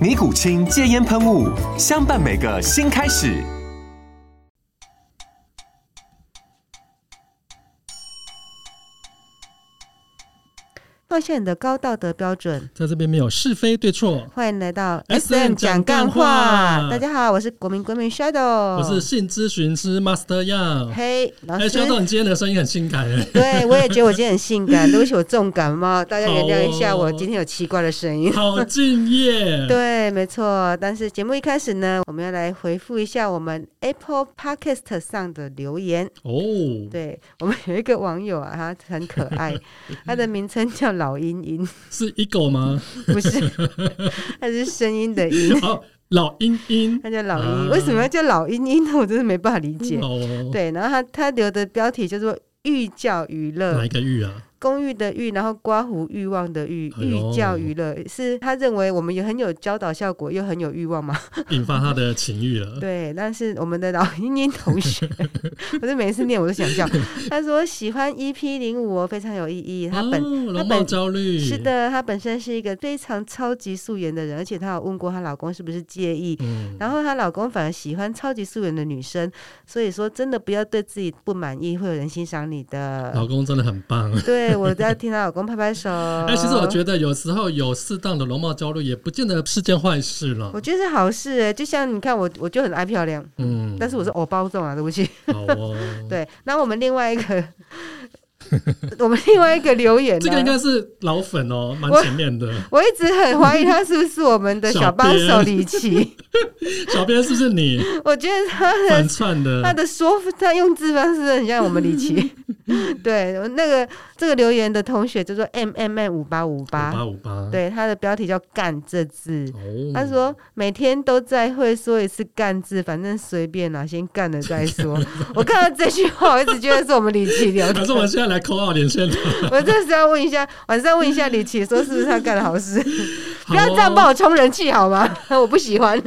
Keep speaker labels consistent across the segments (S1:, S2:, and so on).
S1: 尼古清戒烟喷雾，相伴每个新开始。
S2: 冒险的高道德标准。
S3: 在这边没有是非对错。
S2: 欢迎来到
S3: SM 讲干话
S2: 大家好，我是国民国民 Shadow，
S3: 我是性咨询师 Master Yang。
S2: 哦嘿老
S3: 哎，
S2: 师
S3: 肖。总，你今天的声音很 性感哎。
S2: 对，我也觉得我今天很性感，对不起，我重感 冒，大家原谅一下，
S3: 好哦
S2: 我今天有奇怪的声音。
S3: 好哦敬业。
S2: 对，没错。但是节目一开始呢，我们要来回复一下我们 Apple Podcast 上的留言。
S3: 哦，
S2: 对我们有一个网友啊，他很可爱，他的名称叫老鹰鹰，
S3: 是一狗吗？
S2: 不 是，他是声音的音，
S3: 哦，老鹰鹰。
S2: 他叫老鹰。鹰。为什么要叫老鹰鹰呢？我真的没办法理解。
S3: 好啊哦，
S2: 对，然后他他留的标题叫做“寓教于
S3: 哪
S2: 乐
S3: 一”，个玉啊？
S2: 公寓的寓，然后刮胡欲望的欲，
S3: 哎
S2: 寓
S3: 呦
S2: 教于乐是他认为我们也很有教导效果，又很有欲 望嘛。
S3: 引发他的情欲了。
S2: 对，但是我们的老英英同 学，我就每次念我都想笑。他说喜欢 EP 零五哦，非常有意义。他本、
S3: 哦、
S2: 他
S3: 容貌
S2: 本
S3: 焦虑
S2: 是，的，他本身是一个非常超级素颜的人，而且她有问过她老公是不是介意。
S3: 嗯，
S2: 然后她老公反而喜欢超级素颜的女生，所以说真的不要对自己不满意，会有人欣赏你的。
S3: 老公真的很棒。
S2: 对我在听她老公拍拍 手。
S3: 哎，其实我觉得有时候有适当的容貌焦虑也不见得是件坏事了
S2: 我。觉得是好事哎、就像你看我，我就很爱漂亮，
S3: 嗯，
S2: 但是我是偶包重啊，对不起。
S3: 好哦，
S2: 对，然后我们另外一个，我们另外一个留言、呢，啊
S3: 这个应该是老粉哦，蛮前面的。
S2: 我一直很怀疑他是不是我们的小
S3: 小
S2: 帮手
S3: 编
S2: 李 琦，
S3: 小编是不是你
S2: 我觉得他
S3: 反
S2: 的
S3: 串的？
S2: 他的说他用字方式很像我们李 琦。对，那个这个留言的同学叫做 M M M 五八五八，
S3: 五八，
S2: 对，他的标题叫“干”这字。
S3: 哦，
S2: 他说每天都在会说一次“干”字，反正随便啦，先干了再 说。我看到这句话，我一直觉得是我们李琦留
S3: 还
S2: 的
S3: 哎是。我们现在来扣二连线的，
S2: 我这是要问一下，晚上问一下李琦，说是不是他干的好事？ 不要
S3: 好哦
S2: 这样帮我充人气好吗？ 我不喜欢，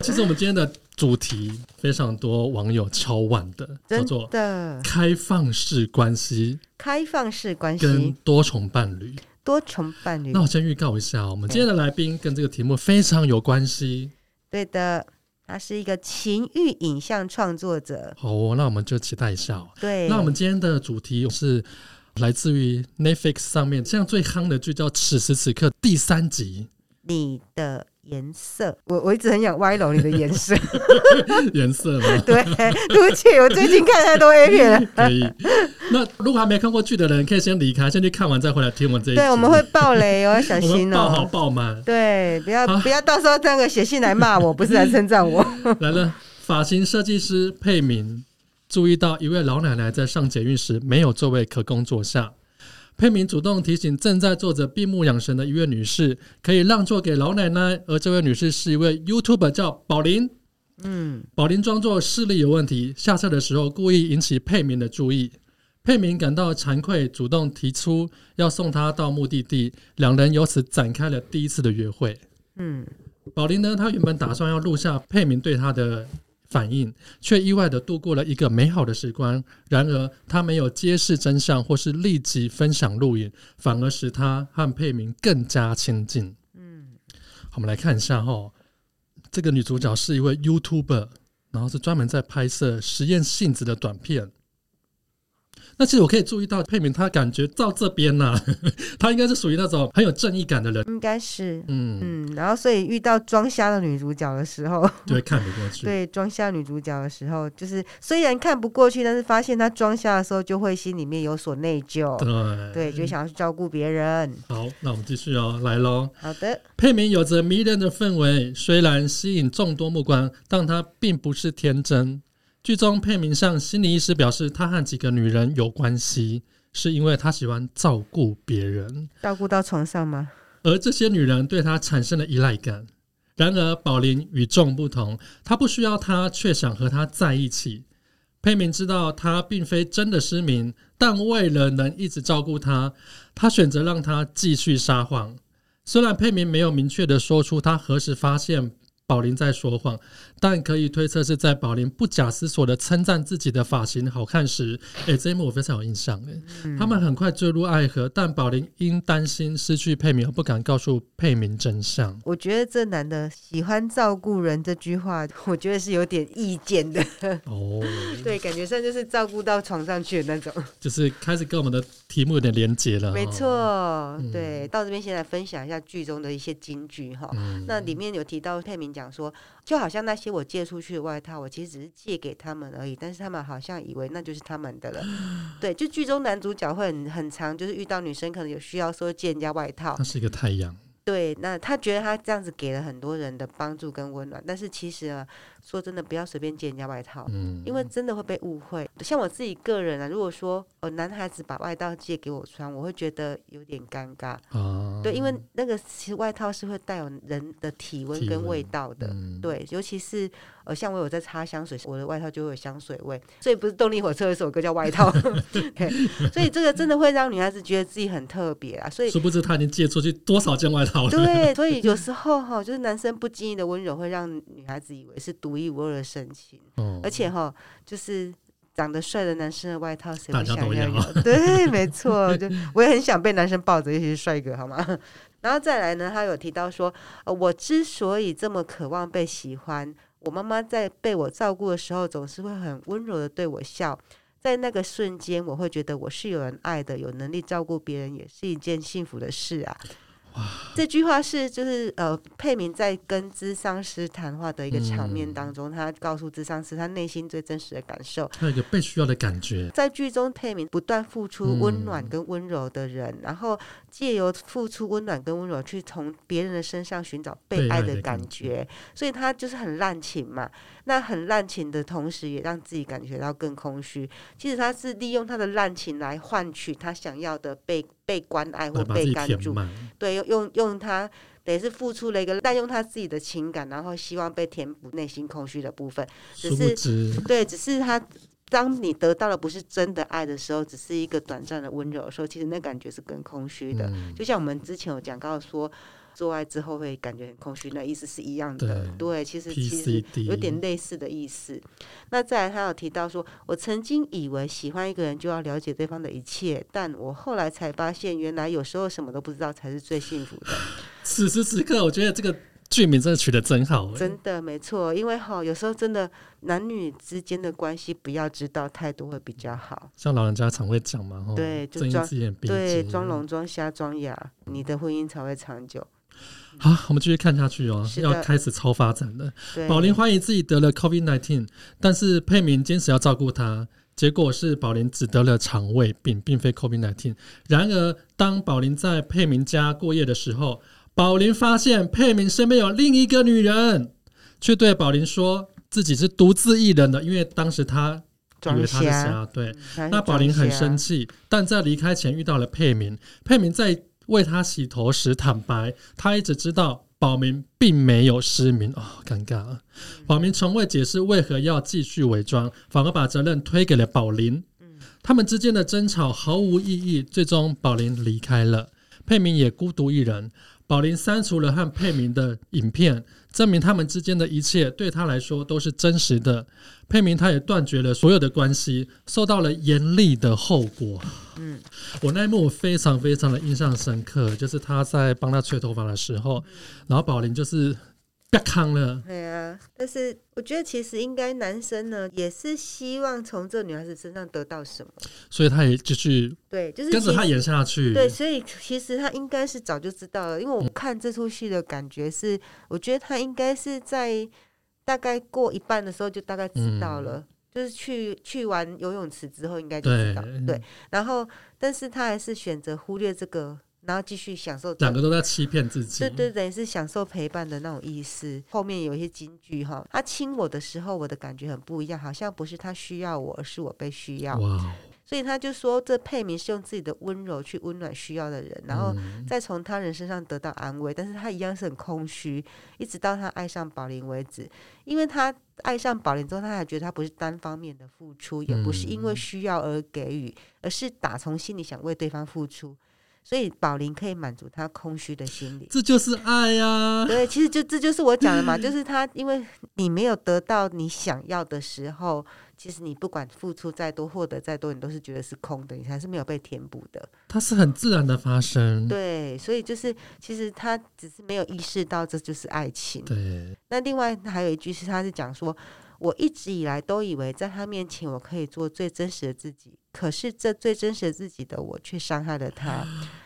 S3: 其实我们今天的主题非常多网友敲碗的，叫
S2: 真
S3: 做
S2: 的。
S3: 开放式关系
S2: 开放式关
S3: 跟
S2: 系，
S3: 多重伴侣。
S2: 多重伴侣
S3: 那，我先预告一下哦，我们今天的来宾跟这个题目非常有关系。
S2: 对的，他是一个情欲影像创作者。
S3: 好哦，那我们就期待一下哦。
S2: 对，
S3: 那我们今天的主题是来自于 Netflix 上面现在最夯的剧叫《此时此刻》第 三集
S2: 你的颜色，我我一直很想歪楼你的颜色。
S3: 颜色吗？
S2: 对，对不起，我最近看太多 A 片了。
S3: 可以。那如果还没看过剧的人，可以先离开，先去看完再回来听我们这一集。
S2: 对，我们会爆雷哦，要小
S3: 我们
S2: 心
S3: 爆好
S2: 哦。。
S3: 爆满
S2: 对，不要
S3: 啊
S2: 不要到时候那个写信来骂我，不是来称赞 我。
S3: 来了，发型设计师佩明注意到一位老奶奶在上捷运时没有座位可供坐下。佩明主动提醒正在坐着闭目养神的一位女士，可以让座给老奶奶。而这位女士是一位 YouTuber，叫宝林。
S2: 嗯，
S3: 宝林装作视力有问题，下车的时候故意引起佩明的注意。佩明感到惭愧，主动提出要送她到目的地，两人由此展开了第一次的约会。
S2: 嗯，
S3: 宝林呢，她原本打算要录下佩明对她的反应，却意外的度过了一个美好的时光。然而，她没有揭示真相或是立即分享录影，反而使她和佩明更加亲近。嗯，我们来看一下哈、这个女主角是一位 YouTuber，然后是专门在拍摄实验性质的短片。那其实我可以注意到佩敏，她感觉到这边呐、 她应该是属于那种很有正义感的人，
S2: 应该是。
S3: 嗯，
S2: 嗯，然后所以遇到装瞎的女主角的时候，
S3: 就会看不过去。
S2: 对装瞎女主角的时候，就是虽然看不过去，但是发现她装瞎的时候，就会心里面有所内疚，
S3: 对
S2: 对，就想要去照顾别人。
S3: 好，那我们继续哦，来喽。
S2: 好的，
S3: 佩明有着迷人的氛围，虽然吸引众多目光，但她并不是天真。剧中，佩明向心理医师表示，她和几个女人有关系，是因为她喜欢照顾别人，
S2: 照顾到床上吗？
S3: 而这些女人对她产生了依赖感。然而，宝林与众不同，她不需要她，却想和她在一起。佩明知道她并非真的失明，但为了能一直照顾她，他选择让她继续撒谎。虽然佩明没有明确的说出他何时发现宝林在说谎，但可以推测是在宝林不假思索的称赞自己的发型好看时。诶，这一幕我非常有印象。诶，
S2: 嗯
S3: 他们很快坠入爱河，但宝林因担心失去佩明而不敢告诉佩明真相。
S2: 我觉得这男的喜欢照顾人这句话， 我觉得是有点意见的。
S3: 哦，
S2: 对，感觉上就是照顾到床上去的那种。
S3: 就是开始跟我们的题目有点连结了。
S2: 没错，
S3: 哦。
S2: 对，到这边先来分享一下剧中的一些金句哈。
S3: 嗯
S2: 那里面有提到佩明讲说，就好像那些我借出去的外套，我其实只是借给他们而已，但是他们好像以为那就是他们 的了。对，就剧中男主角会很很常就是遇到女生可能有需要说借人家外套
S3: 他，哦是一个太阳。
S2: 对，那他觉得他这样子给了很多人的帮助跟温暖，但是其实啊，说真的，不要随便借人家外套。
S3: 嗯，
S2: 哦因为真的会被误会。像我自己个人啊，如果说呃男孩子把外套借给我穿，我会觉得有点尴尬。
S3: 啊，
S2: 对，因为那个其实外套是会带有人的体温
S3: 体
S2: 跟
S3: 温
S2: 味道的。
S3: 嗯，
S2: 对，尤其是呃，像我有在擦香水，我的外套就会有香水味，所以不是动力火车有一首歌叫《外套》 对，所以这个真的会让女孩子觉得自己很特别啊。所以
S3: 殊不知他已经借出去多少件外套了。
S2: 对，所以有时候哈，就是男生不经意的温柔会让女孩子以为是独一无二的深情。
S3: 哦
S2: 而且哈，就是长得帅的男生的外套，谁
S3: 大
S2: 不
S3: 家
S2: 想
S3: 都
S2: 要
S3: 要
S2: 有？ 对，没错，就我也很想被男生抱着，尤其是帅哥，好吗？ 然后再来呢，他有提到说，呃，我之所以这么渴望被喜欢，我妈妈在被我照顾的时候，总是会很温柔的对我笑。在那个瞬间，我会觉得我是有人爱的，有能力照顾别人，也是一件幸福的事啊！这句话是就是呃，佩明在跟咨商师谈话的一个场面
S3: 嗯
S2: 当中，他告诉咨商师他内心最真实的感受。
S3: 他有一个被需要的感觉。
S2: 在剧中，佩明不断付
S3: 嗯
S2: 出温暖跟温柔的人，然后借由付出温暖跟温柔，去从别人的身上寻找被
S3: 被爱
S2: 爱
S3: 的
S2: 的感
S3: 感
S2: 觉。所以他就是很滥情嘛。那很滥情的同时，也让自己感觉到更空虚。其实他是利用他的滥情来换取他想要的被被关爱或
S3: 哦来把自
S2: 被
S3: 己
S2: 关
S3: 填
S2: 注。
S3: 满，
S2: 对，用用用他等于是付出了一个滥用他自己的情感，然后希望被填补内心空虚的部分。只
S3: 殊不
S2: 是
S3: 知
S2: 对，只是他当你得到的不是真的爱的时候，只是一个短暂的温柔的时候，其实那感觉是更空虚的。
S3: 嗯
S2: 就像我们之前有讲到说，做爱之后会感觉很空虚，那意思是一样的。对，其实其实。
S3: PCD
S2: 有点类似的意思。那再来，他有提到说，我曾经以为喜欢一个人就要了解对方的一切，但我后来才发现，原来有时候什么都不知道才是最幸福的。
S3: 此时此刻，我觉得这个剧名真的取得真好、欸，
S2: 真的没错，因为哈，有时候真的男女之间的关系不要知道太多会比较好。
S3: 像老人家常会讲嘛，吼哦
S2: 对就
S3: 睁一
S2: 装
S3: 只眼闭一只
S2: 对，
S3: 眼
S2: 装聋装瞎装哑，你的婚姻才会长久。
S3: 好，我们继续看下去哦，
S2: 是的
S3: 要开始超发展了。
S2: 对，
S3: 宝林怀疑自己得了 COVID nineteen，但是佩明坚持要照顾她。结果是宝林只得了肠胃病，并非 COVID nineteen。然而，当宝林在佩明家过夜的时候，宝林发现佩明身边有另一个女人，却对宝林说自己是独自一人的，因为当时她以为
S2: 装
S3: 她是
S2: 瞎。
S3: 瞎，对，
S2: 他
S3: 那
S2: 是
S3: 宝林
S2: 装
S3: 很
S2: 瞎
S3: 生，气，但在离开前遇到了佩明。佩明在为他洗头时坦白，他一直知道宝明并没有失明。哦，尴尬啊！宝明从未解释为何要继续伪装，反而把责任推给了宝林。他们之间的争吵毫无意义，最终宝林离开了，佩明也孤独一人。宝林删除了和佩明的影片，证明他们之间的一切对他来说都是真实的。佩明他也断绝了所有的关系，受到了严厉的后果。
S2: 嗯，
S3: 我那一幕我非常非常的印象深刻，就是他在帮他吹头发的时候，然后宝林就是别康了，
S2: 对啊，但是我觉得其实应该男生呢也是希望从这女孩子身上得到什么，
S3: 所以他也继续
S2: 对，就是
S3: 跟着
S2: 其
S3: 他
S2: 实
S3: 演下去。
S2: 嗯对，所以其实他应该是早就知道了，因为
S3: 嗯
S2: 我看这出戏的感觉是，我觉得他应该是在大概过一半的时候就大概知道
S3: 嗯
S2: 了，就是去去完游泳池之后应该就知道
S3: 对，嗯
S2: 对。然后，但是他还是选择忽略这个，然后继续享受这
S3: 两个都在欺骗自己。
S2: 对对，等于是享受陪伴的那种意思。后面有一些金句哈，他亲我的时候，我的感觉很不一样，好像不是他需要我，而是我被需要。
S3: 哇，
S2: 所以他就说，这佩明是用自己的温柔去温暖需要的人，然后
S3: 嗯
S2: 再从他人身上得到安慰，但是他一样是很空虚，一直到他爱上宝林为止。因为他爱上宝林之后，他还觉得他不是单方面的付出，也不是因为需要而给予，而是打从心里想为对方付出，所以宝林可以满足他空虚的心理。
S3: 这就是爱啊呀、
S2: 对，其实就这就是我讲的嘛， 就是他，因为你没有得到你想要的时候，其实你不管付出再多、获得再多，你都是觉得是空的，你还是没有被填补的。
S3: 它是很自然的发生。
S2: 对，所以就是其实他只是没有意识到这就是爱情。
S3: 对，
S2: 那另外还有一句是，他是讲说，我一直以来都以为在他面前我可以做最真实的自己，可是这最真实的自己的我却伤害了他。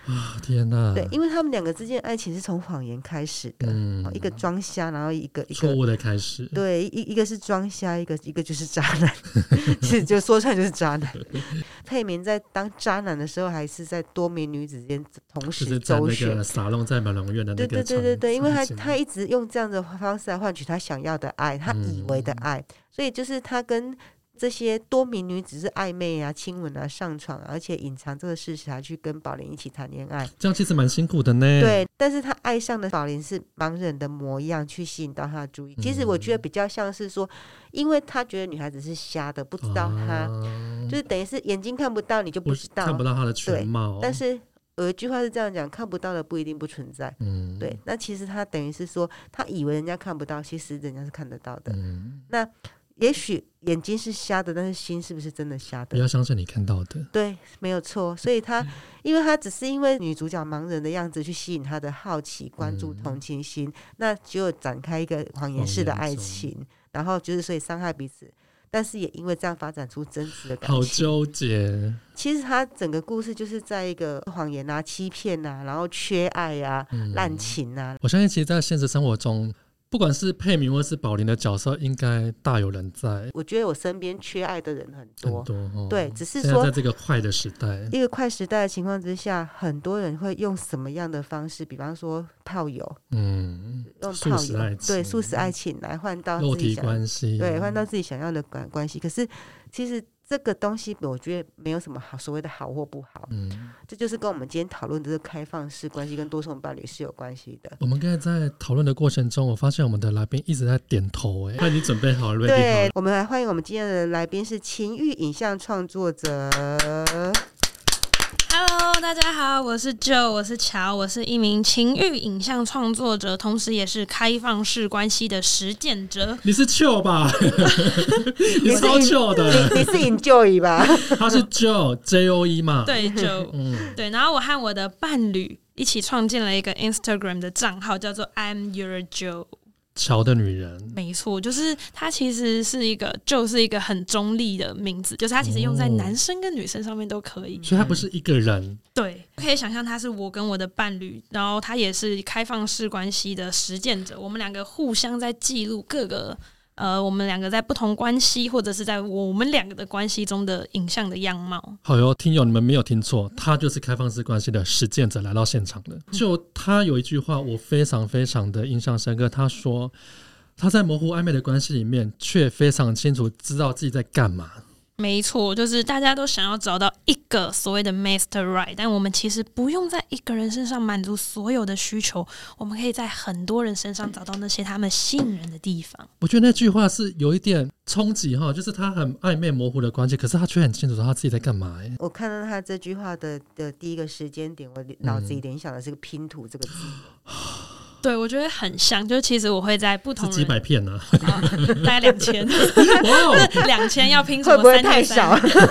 S3: 啊天哪！
S2: 对，因为他们两个之间的爱情是从谎言开始的，
S3: 嗯
S2: 哦一个装瞎，然后一个一个
S3: 错误的开始。
S2: 对，一一个是装瞎，一个一个就是渣男， 其实就说穿就是渣 男。佩明在当渣男的时候，还是在多名女子之间同
S3: 就
S2: 时
S3: 是在
S2: 周
S3: 那
S2: 旋
S3: 个。沙龙在美容院的那
S2: 对
S3: 个
S2: 对对对对，因为他
S3: 场景
S2: 他一直用这样的方式来换取他想要的爱，他以为
S3: 嗯
S2: 的爱，所以就是他跟这些多名女子是暧昧啊、亲吻啊、上床啊、而且隐藏这个事实，还去跟宝莲一起谈恋爱。
S3: 这样其实蛮辛苦的呢。，
S2: 对，但是他爱上的宝莲是盲人的模样去吸引到他的注意。其实我
S3: 嗯
S2: 觉得比较像是说，因为他觉得女孩子是瞎的，不知道他，
S3: 啊、
S2: 就是等于是眼睛看不到，你就不
S3: 不
S2: 知道。
S3: 看不到他的全
S2: 对
S3: 貌。
S2: 但是有一句话是这样讲：看不到的不一定不存在。
S3: 嗯，
S2: 对，那其实他等于是说，他以为人家看不到，其实人家是看得到的。
S3: 嗯，
S2: 也许眼睛是瞎的，但是心是不是真的瞎
S3: 不
S2: 的？
S3: 要相信你看到的。
S2: 对，没有错。所以他，因为他只是因为女主角盲人的样子去吸引他的好奇、关注、
S3: 嗯
S2: 同情心，那只有展开一个谎言式的爱情，然后就是所以伤害彼此，但是也因为这样发展出真实的感
S3: 好
S2: 情。
S3: 纠结，
S2: 其实他整个故事就是在一个谎言啊、欺骗啊，然后缺爱啊、
S3: 嗯
S2: 滥情啊，
S3: 我相信，其实，在现实生活中，不管是佩明或是宝林的角色，应该大有人在，
S2: 我觉得我身边缺爱的人很
S3: 很
S2: 多。
S3: 多哦。
S2: 对，，只是
S3: 现在
S2: 说
S3: 在这个快的时代，
S2: 一个快时代的情况之下，很多人会用什么样的方式？比方说炮友，
S3: 嗯，
S2: 用
S3: 素
S2: 炮
S3: 食
S2: 友
S3: 爱
S2: 对
S3: 情啊
S2: 素食爱情来换到
S3: 肉
S2: 自己
S3: 体
S2: 想
S3: 关系，啊
S2: 对换到自己想要的关关系。可是其实这个东西，我觉得没有什么好所谓的好或不好，
S3: 嗯。
S2: 这就是跟我们今天讨论的这个开放式关系跟多重伴侣是有关系的。
S3: 我们刚才在讨论的过程中，我发现我们的来宾一直在点头、哎，那你准备好了 r e
S2: 对，我们来欢迎我们今天的来宾是情欲影像创作者。
S4: Hello，大家好，我是 Joe，我是乔，我是一名情欲影像创作者，同时也是开放式关系的实践者。
S3: 你是 Q 吧？ 你
S2: 是
S3: 超 Q 的，
S2: 你是 enjoy 吧？
S3: 他是 Joe J O E 嘛？，
S4: 对，Joe，
S3: 嗯，
S4: 对。然后我和我的伴侣一起创建了一个 Instagram 的账号，叫做 I'm Your Joe。
S3: 乔的女人，
S4: 没错，就是它其实是一个 Joe 是一个很中立的名字，就是它其实用在
S3: 哦
S4: 男生跟女生上面都可以。
S3: 所以她不是一个人，
S4: 对，可以想象他是我跟我的伴侣，然后他也是开放式关系的实践者，我们两个互相在记录各个呃，我们两个在不同关系或者是在我们两个的关系中的影像的样貌。
S3: 好哟，听友你们没有听错，他就是开放式关系的实践者来到现场的。
S4: 嗯
S3: 就他有一句话，我非常非常的印象深刻。他说他在模糊暧昧的关系里面，却非常清楚知道自己在干嘛。
S4: 没错，就是大家都想要找到一个所谓的 master right，但我们其实不用在一个人身上满足所有的需求，我们可以在很多人身上找到那些他们吸引人的地方。
S3: 我觉得那句话是有一点冲击哈，就是他很暧昧模糊的关系，可是他却很清楚他自己在干嘛、欸。
S2: 我看到他这
S3: 嗯
S2: 句话的的第一个时间点，我脑子里联想的是个拼图这个字。
S4: 对，我觉得很像，就是其实我会在不
S3: 是
S4: 同
S3: 几
S4: 人
S3: 百片 呢、
S4: 啊，大概两千，
S3: 哇哦
S4: 就是 两千要拼什
S2: 会
S4: 么
S2: 不会
S4: 三
S2: 太
S4: 天三
S2: 少？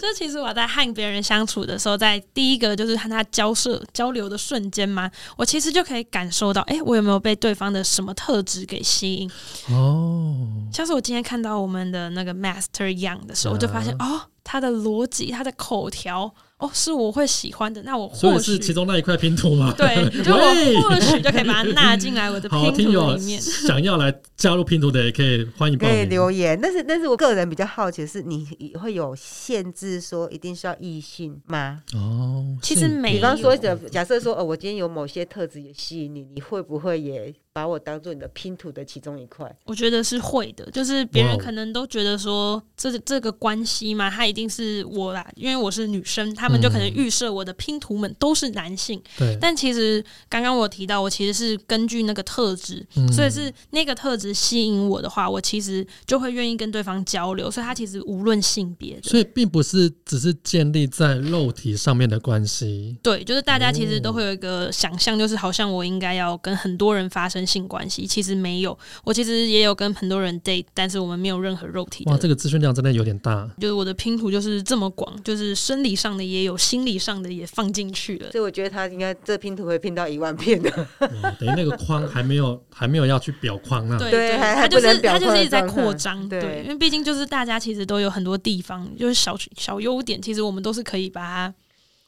S4: 就其实我在和别人相处的时候，在第一个就是和他交涉交流的瞬间嘛，我其实就可以感受到，哎、我有没有被对方的什么特质给吸引？
S3: 哦！哦，
S4: 像是我今天看到我们的那个 Master Young 的时候，
S3: 啊
S4: 我就发现哦，他的逻辑、他的口条，哦，是我会喜欢的。那我
S3: 所
S4: 或
S3: 以是其
S4: 许
S3: 中那一块拼图嘛？
S4: 对，就
S3: 喂
S4: 我或许就可以把它纳进来我的
S3: 好，
S4: 拼
S3: 听哦
S4: 图
S3: 友
S4: 里面。
S3: 想要来加入拼图的也可以欢迎报
S2: 可以
S3: 名。
S2: 留言，但是但是我个人比较好奇的是，你会有限制说一定是要异性吗？
S3: 哦，
S4: 其实
S3: 是
S4: 每
S2: 比方
S4: 有
S2: 说，假假设说，哦，我今天有某些特质也吸引你，你会不会也把我当做你的拼图的其中一块？
S4: 我觉得是会的，就是别
S3: 哇
S4: 人
S3: 哦
S4: 可能都觉得说这这个关系嘛，他一定是我啦，因为我是女生，他们就可能
S3: 嗯
S4: 预设我的拼图们都是男性。
S3: 对，
S4: 但其实刚刚我提到，我其实是根据那个特质，
S3: 嗯
S4: 所以是那个特质吸引我的话，我其实就会愿意跟对方交流。所以他其实无论性别的，
S3: 所以并不是只是建立在肉体上面的关系。
S4: 对，就是大家其实
S3: 哦
S4: 都会有一个想象，就是好像我应该要跟很多人发生性关系，其实没有。我其实也有跟很多人 date，但是我们没有任何肉体
S3: 哇，
S4: 的
S3: 这个资讯量真的有点大。
S4: 就是我的拼图就是这么广，就是生理上的也有，心理上的也放进去了。
S2: 所以我觉得他应该这拼图会拼到一万片的。
S3: 哦等于那个框还没有还没有要去表框啊。
S4: 对
S2: 对
S4: 对，
S2: 还
S4: 它
S2: 还
S4: 就
S2: 不能
S4: 是它
S2: 表
S4: 就是一直在
S2: 框的
S4: 扩
S2: 状态
S4: 张，
S2: 对
S4: 对，因为毕竟就是大家其实都有很多地方就是小小优点，其实我们都是可以把它。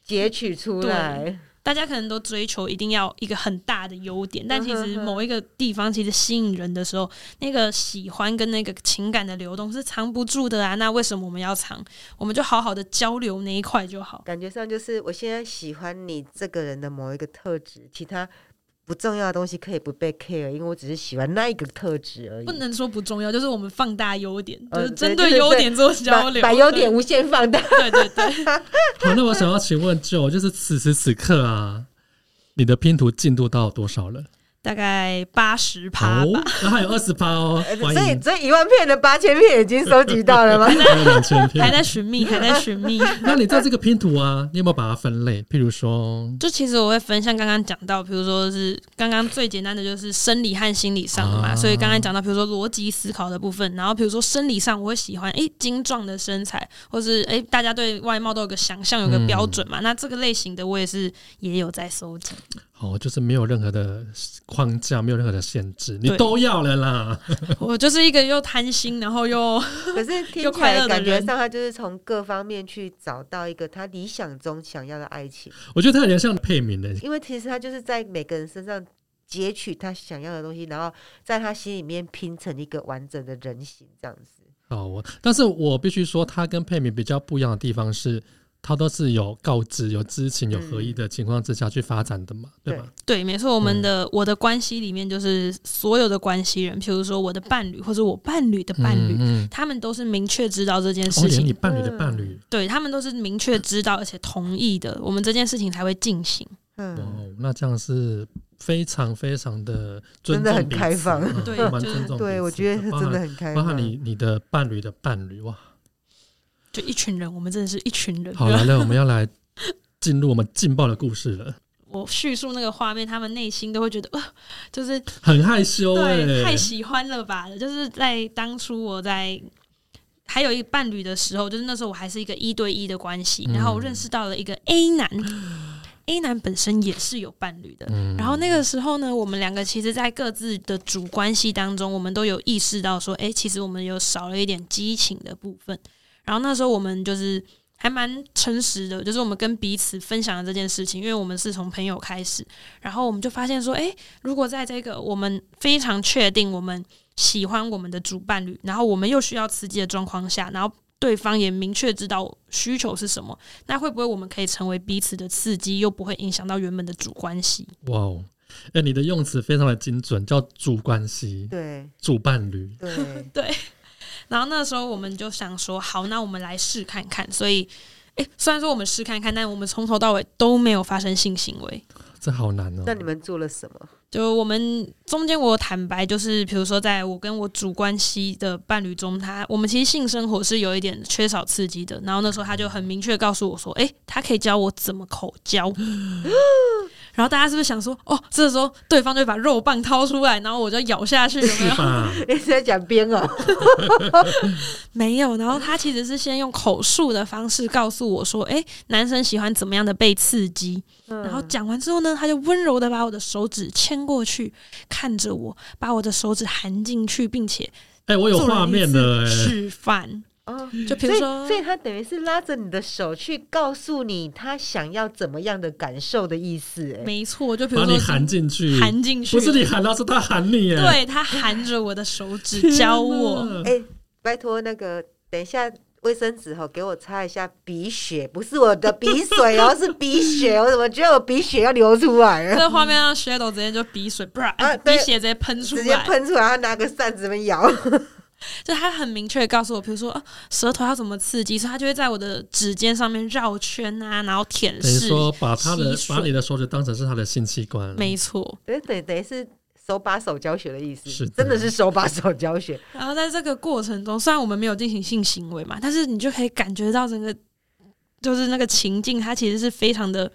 S2: 截取出
S4: 对
S2: 来，
S4: 大家可能都追求一定要一个很大的优点，但
S2: 嗯
S4: 其实
S2: 哼哼
S4: 某一个地方其实吸引人的时候，那个喜欢跟那个情感的流动是藏不住的啊。那为什么我们要藏？我们就好好的交流那一块就好。
S2: 感觉上就是我现在喜欢你这个人的某一个特质，其他不重要的东西可以不被 care，因为我只是喜欢那一个特质而已。
S4: 不能说不重要，就是我们放大优点，就
S2: 呃
S4: 是
S2: 对
S4: 针
S2: 对
S4: 对
S2: 对
S4: 优
S2: 对
S4: 点做
S2: 把
S4: 交流，
S2: 把优点无限放大。
S4: 对，对对 对。
S3: 好，那我想要请问就就是此时此刻啊，你的拼图进度到多少了？哦
S4: 大概八十趴吧。，呃
S3: 那还有二十趴哦，
S2: 所
S3: 欢
S2: 以
S3: 迎。
S2: 这一万片的八千片已经收集到了吗？
S3: 还有两 千
S4: 还
S3: 片。
S4: 在寻觅，还在寻觅。
S3: 那你在这个拼图啊，你有没有把它分类？譬如说，
S4: 就其实我会分像刚刚讲到，比如说是刚刚最简单的就是生理和心理上的嘛，
S3: 啊
S4: 所以刚刚讲到，比如说逻辑思考的部分，然后比如说生理上，我会喜欢诶精壮的身材，或是诶大家对外貌都有个想象，有个
S3: 嗯
S4: 标准嘛。那这个类型的我也是也有在收集，
S3: 哦，就是没有任何的框架，没有任何的限制，你
S4: 对
S3: 都要了啦。
S4: 我就是一个又贪心，然后又
S2: 可是听
S4: 又
S2: 起
S4: 快乐
S2: 来
S4: 的
S2: 感觉
S4: 人
S2: 上，他就是从各方面去找到一个他理想中想要的爱情，
S3: 我觉得它有点像配名的，
S2: 因为其实他就是在每个人身上截取他想要的东西，然后在他心里面拼成一个完整的人形这样子。
S3: 哦，我，但是我必须说，它跟配米比较不一样的地方是，它都是有告知、有知情、有合一
S2: 嗯
S3: 的情况之下去发展的嘛，对吧？
S4: 对，没错，我
S3: 嗯
S4: 们的、我的关系里面就是所有的关系人，比如说我的伴侣或者我伴侣的伴侣，
S3: 嗯，嗯
S4: 他们都是明确知道这件
S3: 哦，
S4: 事
S3: 连
S4: 情
S3: 你伴侣的伴侣，
S4: 对他们都是明确知道而且同意的，我们这件事情才会进行。
S3: 哇
S2: 嗯，
S3: 哦，那这样是非常非常的
S2: 真
S3: 尊重
S2: 的很
S3: 彼此
S2: 开放
S3: 嗯
S4: 对
S3: 蛮
S4: 就是
S3: 尊重彼此。
S2: 对，我觉得是
S3: 包
S2: 真的
S3: 含
S2: 很开
S3: 包含
S2: 放。
S3: 你你的伴侣的伴侣，哇，
S4: 就一群人，我们真的是一群人。
S3: 好来了，我们要来进入我们劲爆的故事了，
S4: 我叙述那个画面，他们内心都会觉得，呃、就是
S3: 很害羞哎、
S4: 对，太喜欢了吧？就是在当初我在还有一个伴侣的时候，就是那时候我还是一个一对一的关系，
S3: 嗯
S4: 然后我认识到了一个 A 男、a 男本身也是有伴侣的。
S3: 嗯
S4: 然后那个时候呢，我们两个其实，在各自的主关系当中，我们都有意识到说，哎、其实我们有少了一点激情的部分。然后那时候我们就是还蛮诚实的，就是我们跟彼此分享了这件事情，因为我们是从朋友开始，然后我们就发现说，哎、如果在这个我们非常确定我们喜欢我们的主伴侣，然后我们又需要刺激的状况下，然后对方也明确知道需求是什么，那会不会我们可以成为彼此的刺激，又不会影响到原本的主关系？
S3: 哇哦，哎、你的用词非常的精准，叫主关系、
S2: 对
S3: 主伴侣。
S2: 对
S4: 然后那时候我们就想说，好，那我们来试看看。所以，诶，虽然说我们试看看，但我们从头到尾都没有发生性行为。
S3: 这好难哦。
S2: 那你们做了什么？
S4: 就我们中间，我有坦白，就是比如说，在我跟我主关系的伴侣中，他我们其实性生活是有一点缺少刺激的。然后那时候他就很明确告诉我说：“诶，他可以教我怎么口交。”然后大家是不是想说，哦，这时候对方就把肉棒掏出来，然后我就咬下去，有 没有
S3: 是？吧？
S2: 你是在讲编哦？
S4: 没有。然后他其实是先用口述的方式告诉我说，诶，男生喜欢怎么样的被刺激。
S2: 嗯
S4: 然后讲完之后呢，他就温柔的把我的手指牵过去，看着我，把我的手指含进去，并且
S3: 哎、我有
S4: 做
S3: 画
S4: 了一
S3: 面的、
S4: 次
S3: 哎，
S4: 示范。
S2: 哦，
S4: 就比
S2: 所
S4: 如
S2: 以
S4: 说
S2: 所以他等于是拉着你的手去告诉你他想要怎么样的感受的意思，哎，
S4: 没错，就比如
S3: 把
S4: 说
S3: 你
S4: 是
S3: 含进去，
S4: 含进去，
S3: 不是你，喊他，是他喊你耶。
S4: 对他含着我的手指
S3: 天
S4: 教
S3: 哪
S4: 我，
S2: 哎、拜托那个，等一下卫生纸哈、给我擦一下鼻血，不是我的鼻水 哦，是鼻血，我怎么觉得我鼻血要流出来了？
S4: 这画面让 Shadow 直接就鼻水，不然、
S2: 啊
S4: 鼻
S2: 对
S4: 血直接喷出
S2: 直接
S4: 来，
S2: 喷出来，他拿个扇子们摇，
S4: 就他很明确地告诉我，比如说、啊、舌头要怎么刺激，所以他就会在我的指尖上面绕圈啊，然后舔
S3: 等于
S4: 舐，
S3: 说把他的
S4: 吸吮
S3: 把你的手指当成是他的性器官，
S4: 没错。
S2: 等等等于是手把手教学的意思，
S3: 是的
S2: 真的是手把手教学，
S4: 然后在这个过程中，虽然我们没有进行性行为嘛，但是你就可以感觉到整个就是那个情境，它其实是非常的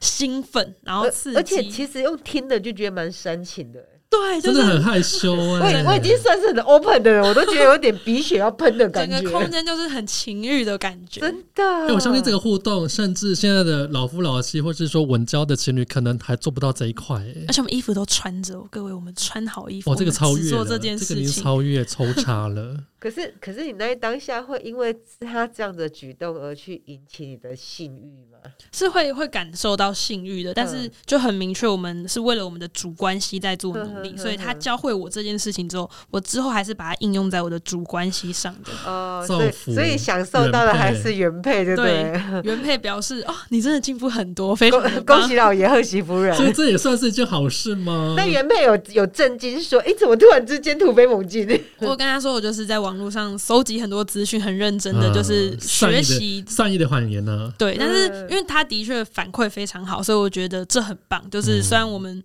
S4: 兴奋，然后
S2: 而
S4: 刺激，嗯
S2: 而且其实用听的就觉得蛮煽情的。
S4: 对，就
S3: 真
S4: 是
S3: 的很害羞
S2: 我
S3: 哎、
S2: 已我已经算是很 open 的人，我都觉得有点鼻血要喷的感
S4: 整
S2: 觉，
S4: 个空间就是很情欲的感觉，
S2: 真的、
S3: 因哎为我相信这个互动，甚至现在的老夫老妻，或是说稳交的情侣，可能还做不到这一块、哎
S4: 而且我们衣服都穿着哦，各位，我们穿好衣服，
S3: 哦，这个
S4: 我
S3: 超
S4: 们只
S3: 越
S4: 做
S3: 了
S4: 这件
S3: 个
S4: 事
S3: 已经
S4: 情，
S3: 超越抽插 了。
S2: 可是，可是你那当下会因为他这样的举动而去引起你的性欲吗？
S4: 是会会感受到性欲的，但是
S2: 嗯
S4: 就很明确，我们是为了我们的主关系在做努力，
S2: 呵呵呵
S4: 所以他教会我这件事情之后，我之后还是把它应用在我的主关系上的。
S2: 哦，
S3: 造
S2: 所以
S3: 福
S2: 所以享受到的还是原配，对不对？
S4: 原配表示：“哦，你真的进步很多，非常的
S2: 恭
S4: 棒
S2: 恭喜老爷，贺喜夫人。
S3: 所以这也算是一件好事吗？
S2: 那原配有有震惊说：“哎、怎么突然之间突飞猛进？”！”
S4: 我跟他说，我就是在网络上搜集很多资讯，很认真的，
S3: 嗯
S4: 就是
S3: 善意的
S4: 学习
S3: 善意的啊谎言呢、
S4: 对，但是
S2: 嗯
S4: 因为他的确反馈非常好，所以我觉得这很棒。
S3: 嗯
S4: 就是虽然我们、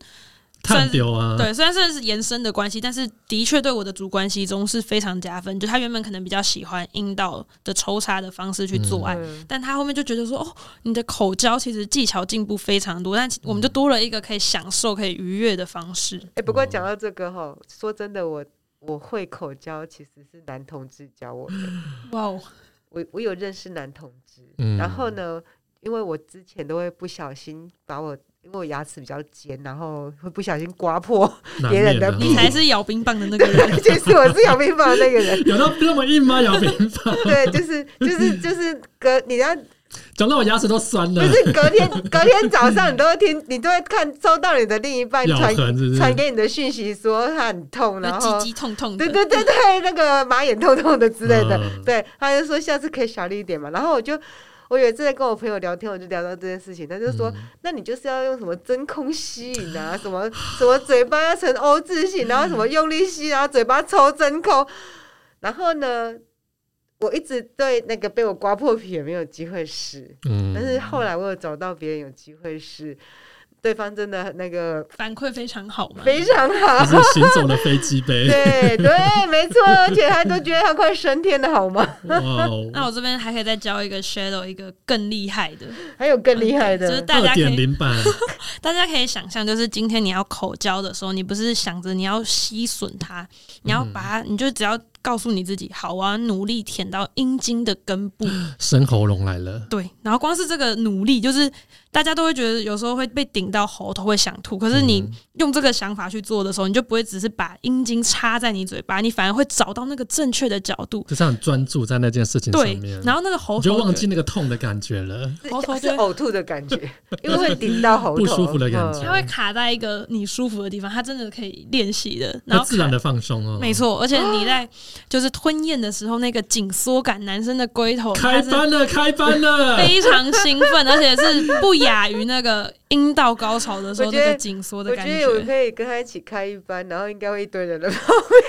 S3: 探丢啊，
S4: 对虽然算是延伸的关系，但是的确对我的主关系中是非常加分。就他原本可能比较喜欢阴道的抽插的方式去做
S3: 哎
S4: 爱，
S2: 嗯
S4: 但他后面就觉得说，哦，你的口交其实技巧进步非常多，但我们
S3: 嗯
S4: 就多了一个可以享受、可以愉悦的方式。
S2: 哎、不过讲到这个哈，说真的，我我会口交其实是男同志教我的。
S4: 哇哦，
S2: 我我有认识男同志，
S3: 嗯
S2: 然后呢，因为我之前都会不小心把我，因为我牙齿比较尖，然后会不小心刮破，
S3: 难
S2: 别人的
S3: 免啊
S2: 屁
S4: 你才是咬冰棒的那个 人。
S2: 其实我是咬病房的那个人。
S3: 有到那么硬吗？咬平方，
S2: 对，就是就是就是隔你要
S3: 讲到我牙齿都酸
S2: 不
S3: 了。
S2: 是隔天隔天早上你都会听，你都会看收到你的另一半
S3: 咬
S2: 传
S3: 痕是不是？
S2: 传给你的讯息说他很痛，然后
S4: 那鸡鸡痛 痛的，
S2: 对对对对，那个马眼痛痛的之类的，
S3: 嗯
S2: 对，他就说下次可以小力一点嘛。然后我就我有一次在跟我朋友聊天，我就聊到这件事情，他就
S3: 嗯
S2: 说，那你就是要用什么真空吸引啊，什么什么嘴巴要成 O 字形，然后什么用力吸，然后嘴巴抽真空，然后呢，我一直对那个被我刮破皮也没有机会试，
S3: 嗯
S2: 但是后来我有找到别人有机会试，对方真的那个
S4: 反馈非常好嘛。
S2: 非常好
S3: 就。是行走的飞机杯。
S2: 对 对，没错，而且他都觉得他快升天了，好 吗？
S3: 哇哦，
S4: 那我这边还可以再教一个 Shadow 一个更厉害的，
S2: 还有更厉害
S4: 就是
S2: 的，
S4: 大
S3: 二
S4: 家可
S3: 点
S4: 以
S3: 零版，
S4: 大家可以想象，就是今天你要口交的时候，你不是想着你要吸吮它，
S3: 嗯
S4: 你要把它，你就只要告诉你自己，好，我要努力舔到阴茎的根部，
S3: 生喉咙来了。
S4: 对。然后光是这个努力，就是大家都会觉得有时候会被顶到喉头会想吐，可是你
S3: 嗯
S4: 用这个想法去做的时候，你就不会只是把阴茎插在你嘴巴，你反而会找到那个正确的角度，
S3: 就是很专注在那件事情上
S4: 对
S3: 面，。
S4: 然后那个喉
S3: 你就
S4: 头
S3: 忘记那个痛的感觉了，
S2: 是
S4: 喉头
S2: 哦是
S4: 就会
S2: 呕吐的感 觉，因为会顶到喉头，嗯
S3: 不舒服的感觉
S4: 它会卡在一个你舒服的地方，它真的可以练习的，然
S3: 那
S4: 后
S3: 自然
S4: 卡
S3: 的放松哦。
S4: 没，错，而且你在就是吞咽的时候，那个紧缩感，男生的龟头
S3: 开
S4: 它是
S3: 班了，开班 了。
S4: 非常兴奋，而且是不亚于那个阴道高潮的时候
S2: 我
S4: 那
S2: 觉得
S4: 个紧缩的
S2: 我
S4: 感
S2: 觉得我
S4: 觉。
S2: 可以跟他一起开一班，然后应该会一堆人的。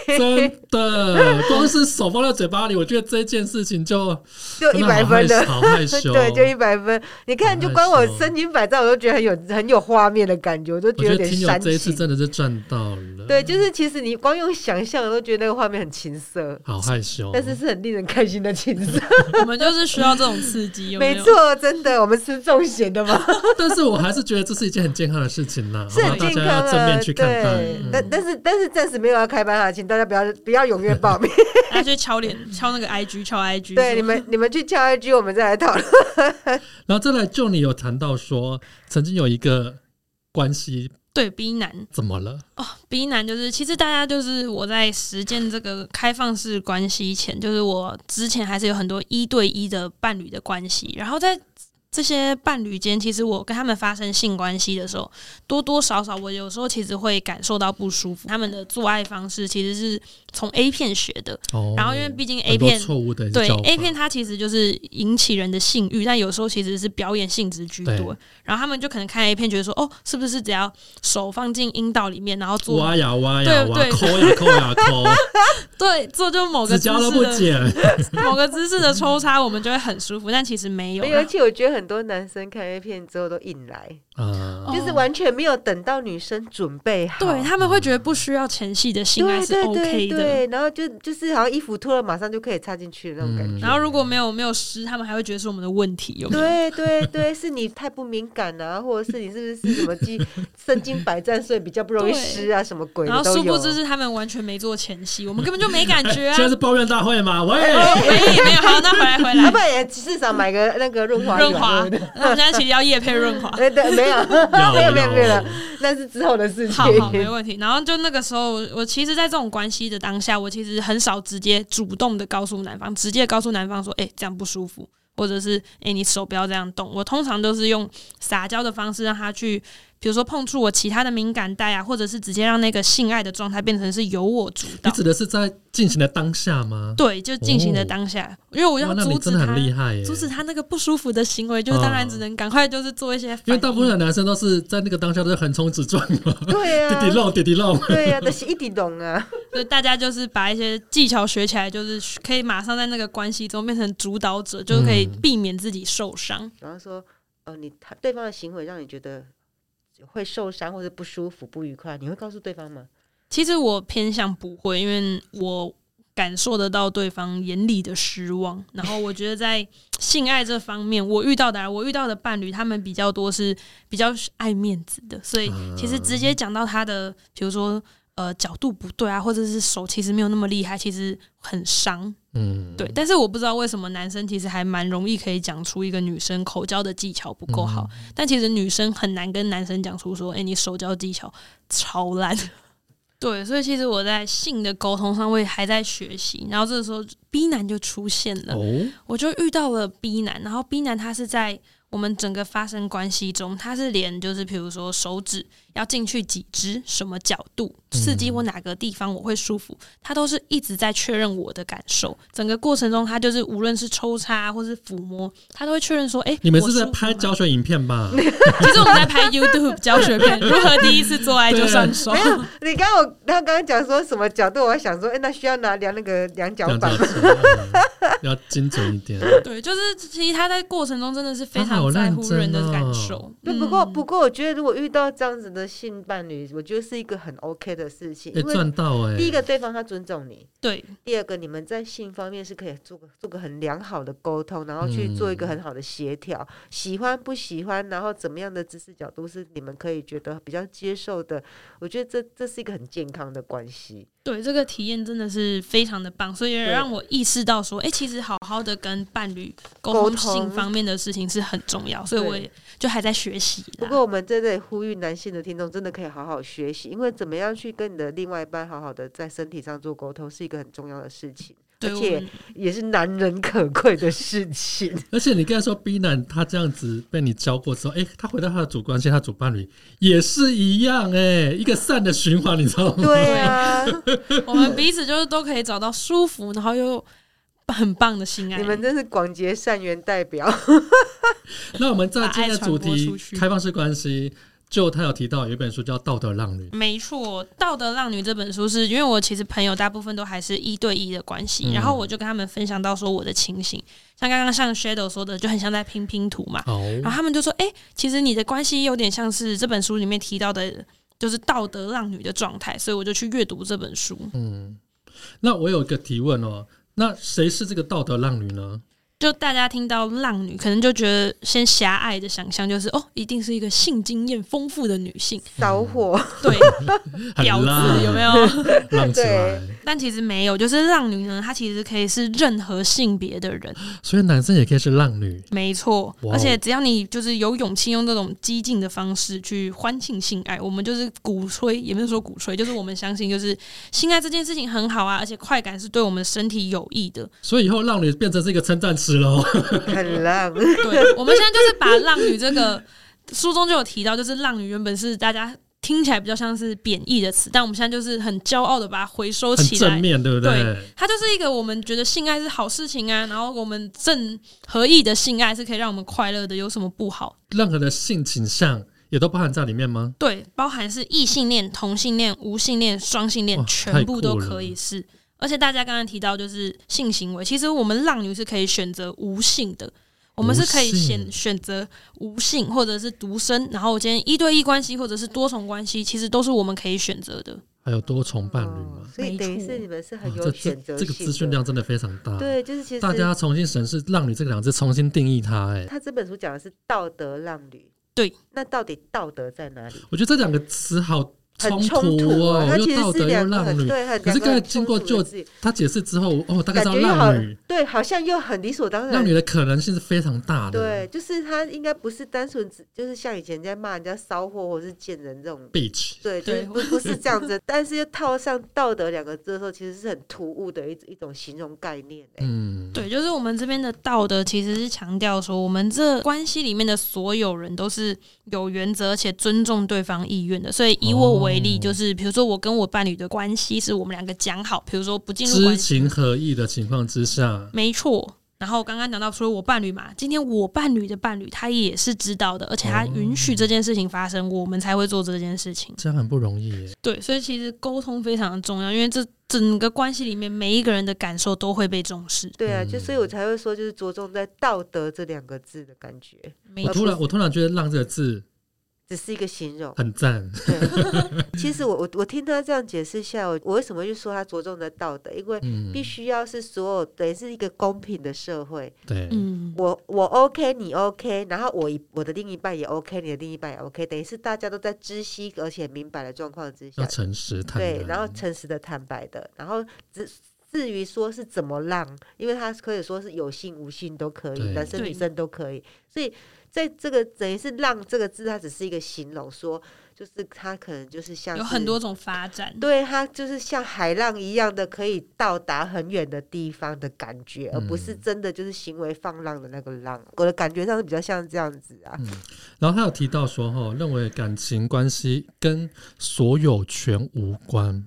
S3: 真的，光是手放在嘴巴里，我觉得这件事情就
S2: 就
S3: 真
S2: 一
S3: 的
S2: 百
S3: 好害
S2: 分的，
S3: 好害羞。 哦
S2: 对，就一百分。你看，
S3: 很
S2: 就
S3: 害
S2: 光我
S3: 羞
S2: 身经百战，我都觉得很有很有画面的感觉，我都
S3: 我
S2: 得
S3: 觉
S2: 有
S3: 得
S2: 点
S3: 听友
S2: 煽
S3: 这一次
S2: 情。
S3: 真的是赚到了。
S2: 对，就是其实你光用想象，我都觉得那个画面很情涩，
S3: 好害羞。哦
S2: 但是是很令人开心的情 色。
S4: 我们就是需要这种刺激，有
S2: 没
S4: 有？
S2: 错，真的，我们吃重咸的嘛，
S3: 但是我还是觉得这是一件很健康的事情啦，
S2: 是
S3: 好吧
S2: 很
S3: 大
S2: 健
S3: 家
S2: 康
S3: 要正
S2: 啊。
S3: 面去看待。
S2: 对，
S3: 嗯
S2: 但但是但是暂时没有要开班啊，请大家不要不要踊跃报 名。
S4: 大家去敲脸，敲那个 IG，敲 IG。
S2: 嗯对，你们你们去敲 IG，我们再来讨论。
S3: 然后再来，就你有谈到说，曾经有一个关系
S4: 对 B 男哦
S3: 怎么了？
S4: ，B 男就是其实大家就是我在实践这个开放式关系前，就是我之前还是有很多一对一的伴侣的关系，然后在。这些伴侣间，其实我跟他们发生性关系的时候，多多少少我有时候其实会感受到不舒服。他们的做爱方式其实是从 A 片学的，
S3: 哦，
S4: 然后因为毕竟 A
S3: 很多
S4: 片
S3: 错误的
S4: 对
S3: 教法
S4: A 片，它其实就是引起人的性欲，但有时候其实是表演性质居
S3: 对
S4: 多。然后他们就可能看 A 片，觉得说，哦，是不是只要手放进阴道里面，然后做
S3: 挖呀挖呀
S4: 对
S3: 挖，
S4: 对
S3: 抠呀抠呀 抠，
S4: 对做就某个
S3: 指
S4: 姿
S3: 甲都不
S4: 势
S3: 剪。
S4: 的 某个姿势的抽插，我们就会很舒服，但其实没有
S2: 没。有，而且我觉得很多男生看 A 片之后都硬来，
S3: 啊
S4: 哦
S2: 就是完全没有等到女生准备好。
S3: 哦
S4: 对他们会觉得不需要前戏的性爱
S2: 对
S4: 是
S2: 对
S4: OK
S2: 对
S4: 的。
S2: 对，然后就就是好像衣服脱了马上就可以插进去的那种感
S3: 嗯
S2: 觉。
S4: 然后如果没有没有湿，他们还会觉得是我们的问题，有没有？
S2: 对对对， 是你太不敏感啊，或者是你是不是什么经身经百战，所以比较不容易
S4: 对
S2: 湿啊，什么鬼
S4: 然
S2: 的
S4: 后
S2: 都
S4: 殊
S2: 有
S4: 不。知是他们完全没做前戏，我们根本就没感觉啊
S3: 哎
S4: 哦
S3: 现。在是抱怨大会吗？喂，
S4: 没没有，好，那回来
S2: 要
S4: 回来
S2: 啊不，然也至少买个那个润滑
S4: 润
S2: 油啊
S4: 滑
S2: 对不对。
S4: 那我们现在其实要夜配润滑。
S2: 哎， 对，没有， 没有，没有，没有
S3: 要，
S2: 那是之后的事情
S4: 好。 好，没问题。然后就那个时候，我其实，在这种关系的当下，我其实很少直接主动的告诉男方，直接告诉男方说：“哎、这样不舒服。”或者是哎、你手不要这样动。我通常都是用撒娇的方式让他去，比如说碰触我其他的敏感带啊，或者是直接让那个性爱的状态变成是由我主
S3: 你
S4: 导。
S3: 指的是在进行的当下吗？
S4: 对，就进行的当下，因为我
S3: 哦哇
S4: 要
S3: 那你
S4: 阻止
S3: 真的
S4: 他
S3: 很厉害耶！
S4: 阻止他那个不舒服的行为，就是
S3: 嗯
S4: 当然只能赶快就是做一些反应，
S3: 因为大部分的男生都是在那个当下都是横冲直撞嘛，
S2: 对
S3: 滴滴
S2: 啊，
S3: 漏滴滴漏，
S2: 对啊，但是一滴懂啊，
S4: 所以大家就是把一些技巧学起来，就是可以马上在那个关系中变成主导者，就可以避免自己受伤。
S2: 然后说，哦，你他对方的行为让你觉得会受伤或者不舒服、不愉快，你会告诉对方 吗？
S4: 其实我偏向不会，因为我感受得到对方眼里的失望。然后我觉得在性爱这方面，我遇到的啊我遇到的伴侣，他们比较多是比较爱面子的，所以其实直接讲到他的，比如说呃角度不对啊，或者是手其实没有那么厉害，其实很伤。
S3: 嗯，
S4: 对，但是我不知道为什么男生其实还蛮容易可以讲出一个女生口交的技巧不够好，但其实女生很难跟男生讲出说，哎、你手交技巧超烂。 对，所以其实我在性的沟通上，我也还在学习。然后这个时候 B 男就出现了，
S3: 哦，
S4: 我就遇到了 B 男，然后 B 男他是在我们整个发生关系中，他是连就是比如说手指要进去几只、什么角度、
S3: 嗯
S4: 刺激我哪个地方我会舒服，他都是一直在确认我的感受。整个过程中，他就是无论是抽插或是抚摸，他都会确认说：“哎、
S3: 你们
S4: 我
S3: 是在
S4: 舒服
S3: 拍
S4: 吗
S3: 教学影片吧？
S4: 其实我们在拍 YouTube 教学 片，如何第一次做爱就上手。
S3: 啊
S2: 你刚我他刚刚讲说什么角度，我还想说，哎，那需要拿量那个量角
S3: 这样
S2: 板
S3: 子
S2: 吗？
S3: 嗯 要精准一点。
S4: 对，就是其实他在过程中真的是非
S3: 他好
S4: 常在
S3: 认
S4: 乎
S3: 真
S4: 人的感
S3: 哦
S4: 受。嗯
S2: 不不过不过，我觉得如果遇到这样子的性伴侣，我觉得是一个很 OK 的事情，
S3: 哎，
S2: 因为
S3: 赚到哎！
S2: 第一个对方他尊重你，
S4: 对，
S2: 第二个你们在性方面是可以做个做个很良好的沟通，然后去做一个很好的协调，喜欢不喜欢，然后怎么样的姿势角度是你们可以觉得比较接受的，我觉得这这是一个很健康的关系。
S4: 对，这个体验真的是非常的棒，所以也
S2: 对
S4: 让我意识到说，哎、其实好好的跟伴侣
S2: 沟
S4: 沟通
S2: 通
S4: 性方面的事情是很重要，所以
S2: 对
S4: 我也就还在学习啦。
S2: 不过我们在这里呼吁男性的听众，真的可以好好学习，因为怎么样去跟你的另外一半好好的在身体上做沟通，是一个很重要的事情，
S4: 对，
S2: 而
S4: 我
S2: 且
S4: 们
S2: 也是难能可贵的事 情。
S3: 而且你刚才说 B 男他这样子被你教过之后，哎，他回到他的主观线，他主伴侣也是一样哎，一个善的循环，你知道吗？
S2: 对啊，
S4: 我们彼此就是都可以找到舒服，然后又很棒的性爱。
S2: 你们真是广结善缘代 表。
S3: 那我们在
S4: 把
S3: 今
S4: 爱
S3: 天的
S4: 传
S3: 主
S4: 播
S3: 题
S4: 出去
S3: 开放式关系，就他有提到有一本书叫《道德浪女》，
S4: 没错，《道德浪女》这本书是因为我其实朋友大部分都还是一对一的关系，
S3: 嗯
S4: 然后我就跟他们分享到说我的情形，像刚刚像 Shadow 说的，就很像在拼拼图嘛，
S3: 好，
S4: 然后他们就说：“哎、其实你的关系有点像是这本书里面提到的，就是道德浪女的状态。”所以我就去阅读这本书。
S3: 嗯，那我有一个提问哦，那谁是这个道德浪女呢？
S4: 就大家听到浪女，可能就觉得先狭隘的想象就是哦，一定是一个性经验丰富的女性，
S2: 骚货，
S4: 对，
S3: 很
S4: 婊
S3: 浪
S4: 子有没有？
S3: 浪起来，
S4: 但其实没有，就是浪女呢，她其实可以是任何性别的人，
S3: 所以男生也可以是浪女。
S4: 没错
S3: 哇哦。
S4: 而且只要你就是有勇气用这种激进的方式去欢庆性爱，我们就是鼓吹，也不是说鼓吹，就是我们相信，就是性爱这件事情很好啊，而且快感是对我们身体有益的。
S3: 所以以后浪女变成是一个称赞词喽。
S4: 嗯
S2: 很浪，
S4: 对，我们现在就是把浪女这个书中就有提到，就是浪女原本是大家。听起来比较像是贬义的词，但我们现在就是很骄傲的把它回收
S3: 很
S4: 起来
S3: 正，面，对不对？
S4: 对它就是一个我们觉得性爱是好事情啊，然后我们正合意的性爱是可以让我们快乐的，有什么不好？
S3: 任何的性倾向也都包含在里面吗？
S4: 对，包含是异性恋、同性恋、无性恋、双性恋
S3: 哇，
S4: 全部都可以是。而且大家刚刚提到就是性行为，其实我们浪女是可以选择无性的，我们是可以
S3: 无性
S4: 选选择无性或者是独身，然后今天一对一关系或者是多重关系，其实都是我们可以选择的。
S3: 还有多重伴侣
S2: 哦
S3: 吗？
S2: 所以等于
S4: 没错
S2: 是你们是
S3: 哇
S2: 很有
S3: 这这
S2: 选择
S3: 这
S2: 性
S3: 个
S2: 的。
S3: 资讯量真的非常大。，
S2: 对，就是其实
S3: 大家重新审视“浪女”这个两个字，重新定义它。哎，
S2: 他这本书讲的是道德浪女，
S4: 对，
S2: 那到底道德在哪里？
S3: 我觉得这两个词好
S2: 很
S3: 冲
S2: 突
S3: 哦，
S2: 它其
S3: 又道
S2: 实是
S3: 德又
S2: 两个
S3: 浪
S2: 很
S3: 女。
S2: 对，很
S3: 可是
S2: 两个
S3: 刚才
S2: 很
S3: 经
S2: 冲
S3: 过
S2: 突的
S3: 就
S2: 字眼
S3: 他解释之后，哦，大
S2: 感
S3: 概知道
S2: 觉又好
S3: 浪女，，
S2: 对，好像又很理所当然
S3: 浪。女的可能性是非常大的。
S2: 对，就是他应该不是单纯只就是像以前在骂人家骚货或是贱人这种，
S3: ，bitch，
S2: 对，就是
S4: 对
S2: 不不是这样子。但是又套上道德两个字的时候，其实是很突兀的一一种形容概念、欸。
S3: 嗯，
S4: 对，就是我们这边的道德其实是强调说，我们这关系里面的所有人都是有原则，而且尊重对方意愿的。所以以我为例，
S3: 哦
S4: 就是比如说我跟我伴侣的关系是我们两个讲好，比如说不进入
S3: 知
S4: 关系，
S3: 情合意的情况之下，
S4: 没错。然后刚刚讲到说我伴侣嘛，今天我伴侣的伴侣他也是知道的，而且他
S3: 哦
S4: 允许这件事情发生，我们才会做这件事情。
S3: 这样很不容易耶。
S4: 对，所以其实沟通非常重要，因为这整个关系里面每一个人的感受都会被重视。
S2: 对啊，就
S3: 嗯
S2: 所以我才会说，就是着重在道德这两个字的感觉，
S4: 没
S3: 我
S4: 错
S3: 突然，我突然觉得“浪”这个字
S2: 只是一个形 容。
S3: 很赞。
S2: 对，其实我我我听他这样解释下，我我为什么就说他着重在道德？因为
S3: 嗯，
S2: 必须要是所有等于是一个公平的社会，
S3: 对，
S4: 嗯，
S2: 我我 OK，你 OK，然后我一我的另一半也 OK，你的另一半也 OK，等于是大家都在知悉而且明白的状况之
S3: 要
S2: 下，
S3: 诚实坦
S2: 对，然后
S3: 然
S2: 诚实的、坦白的，然后至至于说是怎么让，因为他可以说是有性无性都可以
S3: 对，
S2: 男生
S4: 对
S2: 女生都可以，所以在这个等于是“让”这个字，它只是一个形容说，就是他可能就是像
S4: 有
S2: 是
S4: 很多种发展。
S2: 对它就是像海浪一样的，可以到达很远的地方的感觉，而不是
S3: 嗯
S2: 真的就是行为放浪的那个浪。我的感觉上是比较像这样子啊，
S3: 然后他有提到说，哈，认为感情关系跟所有权无关，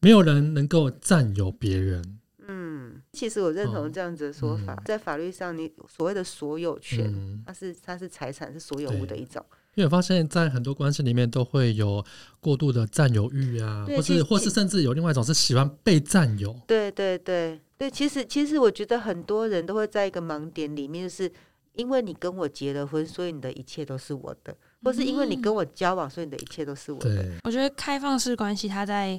S3: 没有人能够占有别人。
S2: 嗯，其实我认
S3: 哦
S2: 同这样子的说法，
S3: 嗯
S2: 在法律上，你所谓的所有权，
S3: 嗯，
S2: 它是它是财产，是所有物的一种。
S3: 因为我发现，在很多关系里面都会有过度的占有欲啊，
S2: 对
S3: 或
S2: 其
S3: 是
S2: 实
S3: 或是甚至有另外一种是喜欢被占有。
S2: 对对对对，其实其实我觉得很多人都会在一个盲点里面，就是因为你跟我结了婚，所以你的一切都是我的，或是因为你
S4: 嗯
S2: 跟我交往，所以你的一切都是我的。
S3: 对，
S4: 我觉得开放式关系，它在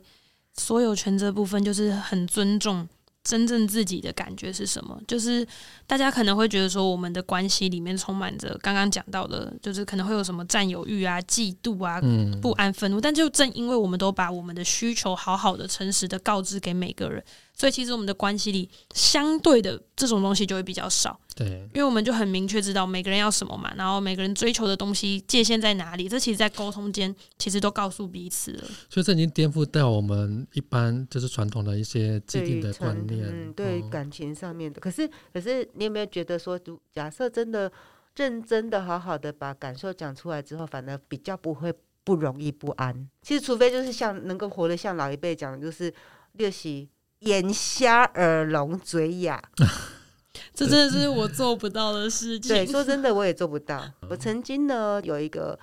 S4: 所有权这部分就是很尊重真正自己的感觉是什么。就是大家可能会觉得说，我们的关系里面充满着刚刚讲到的，就是可能会有什么占有欲啊、嫉妒啊、
S3: 嗯，
S4: 不安、愤怒。但就正因为我们都把我们的需求好好的、诚实的告知给每个人，所以其实我们的关系里相对的这种东西就会比较少。
S3: 对，
S4: 因为我们就很明确知道每个人要什么嘛，然后每个人追求的东西界限在哪里，这其实，在沟通间其实都告诉彼此了。
S3: 所以这已经颠覆掉我们一般就是传统的一些既
S2: 对
S3: 定
S2: 于
S3: 的
S2: 传
S3: 观念。
S2: 嗯，对于
S3: 哦
S2: 感情上面的。可是，可是你有没有觉得说，如假设真的认真的、好好的把感受讲出来之后，反而比较不会不容易不安？其实，除非就是像能够活得像老一辈讲的，就是练习眼瞎、耳聋、嘴哑。
S4: 这真的是我做不到的事
S2: 对，
S4: 情。
S2: 说真的，我也做不到。我曾经呢有一个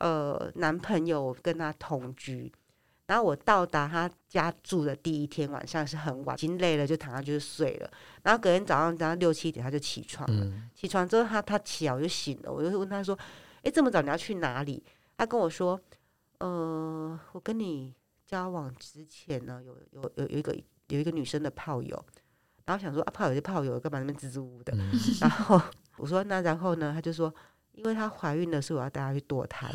S2: 呃男朋友，我跟他同居，然后我到达他家住的第一天晚上是很晚，已经累了就躺下去就睡了。然后隔天早上，早上六七点他就起床了，
S3: 嗯，
S2: 起床之后他他起来我就醒了，我就问他说：“诶，这么早你要去哪里？”他跟我说：“呃，我跟你交往之前呢，有有有有一个有一个女生的炮友，然后想说啊，炮友就炮友，干嘛那边支支吾吾的？
S3: 嗯
S2: 然后我说那然后呢？她就说，因为她怀孕了，所以我要带她去堕胎。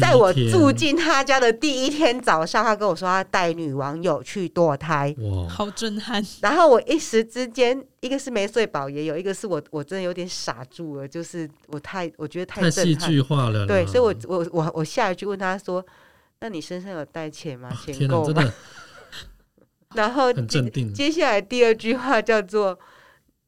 S2: 在我
S3: 第一天
S2: 住进她家的第一天早上，她跟我说她带女网友去堕胎，
S3: 哇，
S4: 好震撼！
S2: 然后我一时之间，一个是没睡饱，也有一个是我我真的有点傻住了，就是我太我觉得太
S3: 太
S2: 震
S3: 戏
S2: 撼，
S3: 剧化了啦。
S2: 对，所以我我我我下一句问他说：“那你身上有带钱吗？钱
S3: 啊天哪，
S2: 够
S3: 真
S2: 吗
S3: 的？”
S2: 然后
S3: 很
S2: 接
S3: 镇定。
S2: 接下来第二句话叫做：“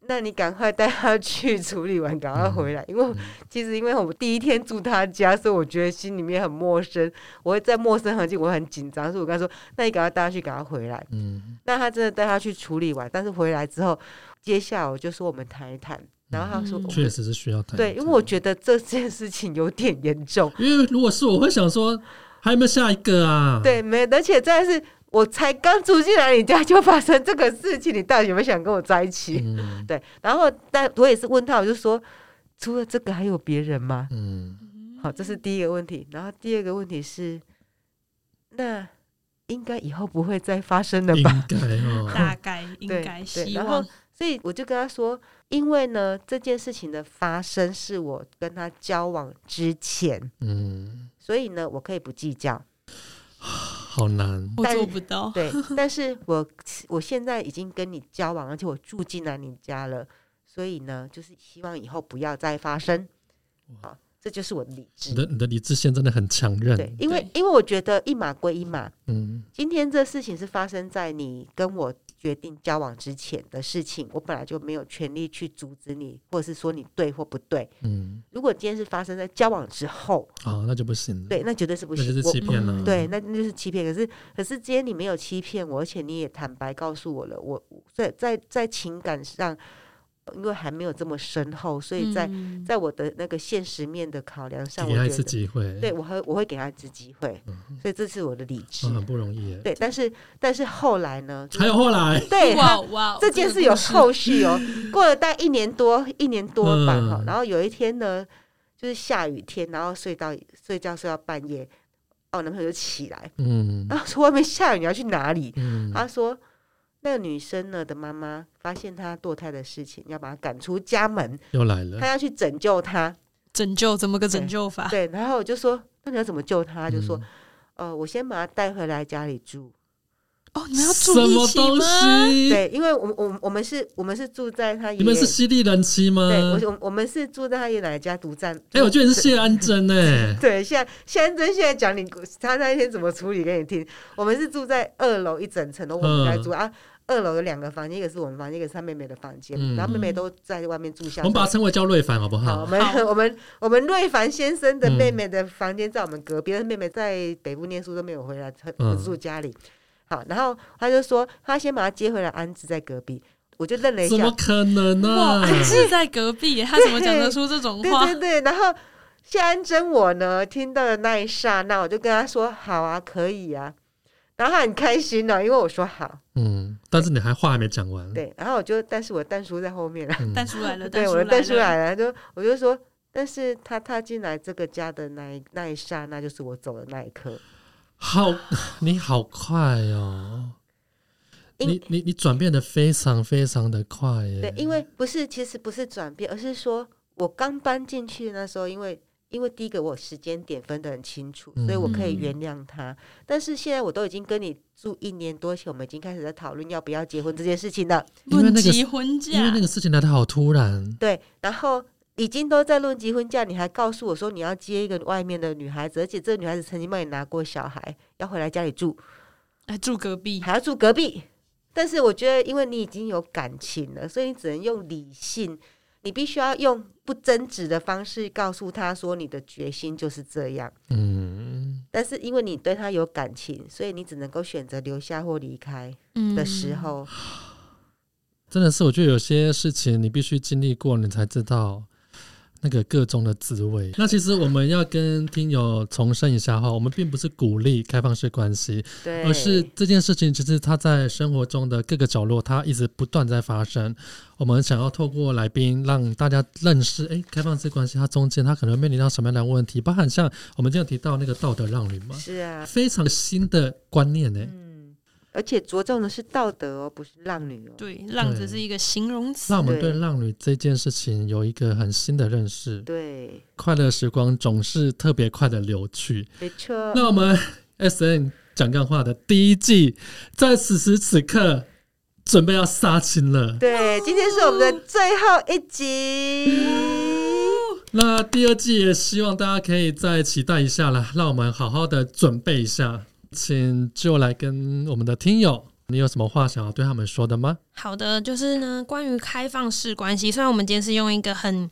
S2: 那你赶快带他去处理完，赶快回来。”因为
S3: 嗯
S2: 其实因为我们第一天住他家，所以我觉得心里面很陌生，我会在陌生环境我会很紧张，所以我跟他说：“那你赶快带他去，赶快回来。”
S3: 嗯，
S2: 那他真的带他去处理完，但是回来之后，接下来我就说我们谈一谈，然后他说
S4: 嗯
S2: 我
S3: 确
S2: 们、
S3: 实嗯是需要谈。
S2: 对，因为我觉得这件事情有点严重，
S3: 因为如果是我会想说，还有没有下一个啊？，
S2: 对，没，而且再来是我才刚住进来你家就发生这个事情，你到底有没有想跟我在一起？
S3: 嗯
S2: 对，然后但我也是问他，我就说除了这个还有别人吗？
S3: 嗯，
S2: 好，这是第一个问题，然后第二个问题是，那应该以后不会再发生了
S3: 应
S2: 吧？
S3: 该哦，
S4: 大概应
S2: 对
S4: 该
S2: 对
S4: 希
S2: 然
S4: 望
S2: 后所以我就跟他说，因为呢，这件事情的发生是我跟他交往之前，
S3: 嗯，
S2: 所以呢，我可以不计较。
S3: 好难。
S4: 我
S2: 但
S4: 做不到。
S2: 对，但是我我现在已经跟你交往，而且我住进来你家了，所以呢，就是希望以后不要再发生。好，这就是我的理
S3: 你
S2: 智。
S3: 的你嗯的理智线真的很强
S2: 对
S3: 韧，，
S2: 因为
S4: 对
S2: 因为我觉得一码归一码，
S3: 嗯
S2: 今天这事情是发生在你跟我决定交往之前的事情，我本来就没有权利去阻止你，或者是说你对或不对。
S3: 嗯，
S2: 如果今天是发生在交往之后，
S3: 啊，那就不行了，
S2: 对，那绝对是不
S3: 那就
S2: 行
S3: 是。
S2: 我
S3: 欺骗了，
S4: 嗯
S2: 对，那那就是欺骗。可是，可是今天你没有欺骗我，而且你也坦白告诉我了，我我在在在情感上，因为还没有这么深厚，所以在、
S4: 嗯
S2: 在我的那个现实面的考量上，
S3: 给
S2: 我
S3: 他一
S2: 觉
S3: 次
S2: 得
S3: 机会，啊
S2: 对我会我会给他一次机会，
S3: 嗯
S2: 所以这是我的理智。
S3: 啊，很不容易耶。
S2: 对，但是但是后来呢？就
S3: 还有后来，
S2: 对，他
S4: 哇哇，
S2: 这件
S4: 个
S2: 事有
S4: 故事
S2: 后续哦，过了大概一年多，一年多吧哈、
S3: 嗯
S2: 然后有一天呢，就是下雨天，然后睡到睡觉睡到半夜，哦，我男朋友就起来，
S3: 嗯
S2: 然后说外面下雨，你要去哪里？
S3: 嗯，
S2: 他说那个女生呢的妈妈发现她堕胎的事情，要把她赶出家门，
S3: 又来了
S2: 她，要去拯救她。
S4: 拯救怎么个拯救法？
S2: 对，然后我就说那你要怎么救她？她就说
S3: 嗯
S2: 呃，我先把她带回来家里住。
S4: 哦，你们要
S3: 什
S4: 住一
S3: 么
S4: 起
S3: 东
S4: 吗？
S3: 西？
S2: 对，因为我们我们我们是我们是住在她爷
S3: 你们
S2: 爷
S3: 是。犀利人妻吗？
S2: 对，我我我们是住在她爷爷奶奶家独占。
S3: 哎，我觉得你是谢安珍哎，
S2: 对，现在现在现在讲你他那一天怎么处理给你听。我们是住在二楼一整层楼，我们来
S3: 嗯
S2: 住、啊。二楼有两个房间，一个是我们房间，一个是他妹妹的房间。
S3: 嗯
S2: 然后妹妹都在外面住下。
S3: 我们把它称为叫瑞凡好不
S2: 好，我
S3: 好？
S2: 们
S4: 好
S2: 我们我们瑞凡先生的
S3: 嗯
S2: 妹妹的房间在我们隔壁，但是妹妹在北部念书都没有回来，她
S3: 嗯
S2: 住家里。好，然后他就说他先把她接回来安置在隔壁，我就愣了一
S3: 怎
S2: 下
S3: 么，可能啊
S4: 哇，
S3: 呢？
S4: 安置在隔壁耶，他怎么讲得出这种
S2: 对
S4: 话？
S2: 对对，然后谢安珍我呢听到的那一刹那，我就跟他说好啊，可以啊，然后他很开心啊呢、因为我说好，
S3: 嗯，但是你还话还没讲完，
S2: 对，然后我就但是我蛋叔在后面了，
S3: 嗯，
S4: 嗯淡出来了，
S2: 对，我
S4: 的
S2: 的蛋
S4: 出
S2: 叔
S4: 来了，
S2: 来了，就我就说，但是他踏进来这个家的那一那一刹那，就是我走的那一刻，
S3: 好， 你好快哦！
S2: 因
S3: 你你你转变的非常非常的快耶！
S2: 对，因为不是其实不是转变，而是说我刚搬进去那时候，因为。因为第一个我时间点分得很清楚，所以我可以
S4: 嗯
S2: 原谅他。但是现在我都已经跟你住一年多前，我们已经开始在讨论要不要结婚这件事情了。
S3: 因为那
S4: 论
S3: 个
S4: 及婚
S2: 啊
S4: 嫁，
S3: 因为那个事情来的好突然，
S2: 对，然后已经都在论及婚嫁，你还告诉我说你要接一个外面的女孩子，而且这个女孩子曾经帮你拿过小孩，要回来家里住，
S4: 哎住隔壁，
S2: 还要住隔壁。但是我觉得，因为你已经有感情了，所以你只能用理性，你必须要用不争执的方式告诉他说你的决心就是这样。
S3: 嗯，
S2: 但是因为你对他有感情，所以你只能够选择留下或离开
S4: 嗯
S2: 的时，候，
S3: 真的是，我觉得有些事情你必须经历过，你才知道那个个中的滋味。那其实我们要跟听友重申一下哈，我们并不是鼓励开放式关系，
S2: 对，
S3: 而是这件事情其实它在生活中的各个角落，它一直不断在发生。我们想要透过来宾让大家认识，诶，开放式关系它中间它可能面临到什么样的问题，包含
S2: 嗯
S3: 像我们今天有提到那个道德让履嘛，
S2: 是啊，
S3: 非常新的观念呢、
S2: 嗯，而且着重的是道德哦，不是浪女哦。
S4: 对，浪只是一个形容词
S3: 让。我们对浪女这件事情有一个很新的认识。
S2: 对，
S3: 快乐时光总是特别快的流去。
S2: 没错。
S3: 那我们 S N 讲干话的第一季，在此时此刻准备要杀青了。
S2: 对，今天是我们的最后一
S4: 嗯
S2: 集。
S3: 那第二季也希望大家可以再期待一下啦，让我们好好的准备一下。请就来跟我们的听友，你有什么话想要对他们说的吗？
S4: 好的，就是呢，关于开放式关系，虽然我们今天是用一个很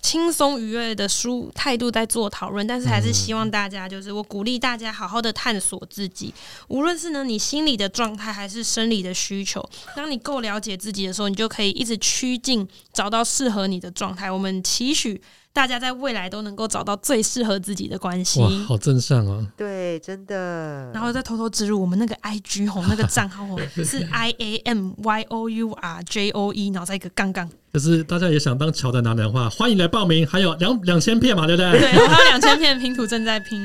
S4: 轻松愉悦的舒态度在做讨论，但是还
S3: 嗯
S4: 是希望大家，就是我鼓励大家好好的探索自己，无论是呢你心理的状态还是生理的需求，当你够了解自己的时候，你就可以一直趋近，找到适合你的状态。我们期许大家在未来都能够找到最适合自己的关系
S3: 哇。，好正向哦！
S2: 对，真的。
S4: 然后再偷偷植入我们那个 I G 吼，那个账号吼是 I A M Y O U R J O E，然后再一个杠杠，
S3: 就是大家也想当桥的男人的话，欢迎来报名，还有两两千片嘛，对不对？
S4: 对，然后还有两千片拼图正在拼，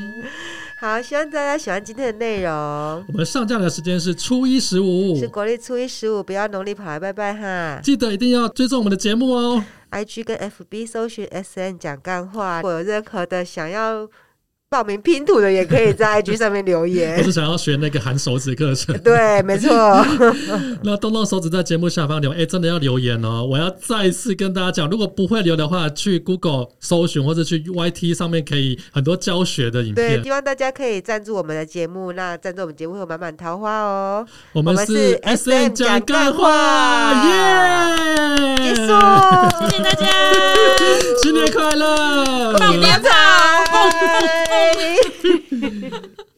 S2: 好，希望大家喜欢今天的内容。
S3: 我们上架的时间是初一十五
S2: 是，国历初一十五，不要农历跑来拜拜哈。
S3: 记得一定要追踪我们的节目哦。
S2: IG 跟 FB 搜寻 SN 讲干话，如果有任何的想要报名拼图的，也可以在 IG 上面留
S3: 我
S2: 言。
S3: 是想要学那个含手指课程，
S2: 哎对，没错，
S3: 那动动手指在节目下方留，哎、真的要留言哦！我要再次跟大家讲，如果不会留的话，去 Google 搜寻或者去 YT 上面可以很多教学的影
S2: 对，
S3: 片。
S2: 希望大家可以赞助我们的节目，那赞助我们节目会有满满桃花哦。
S3: 我们是 S N 讲干话，耶！
S2: 结束，
S4: 谢谢大家，
S3: 新年快乐！
S4: 放鞭炮，
S2: 拜。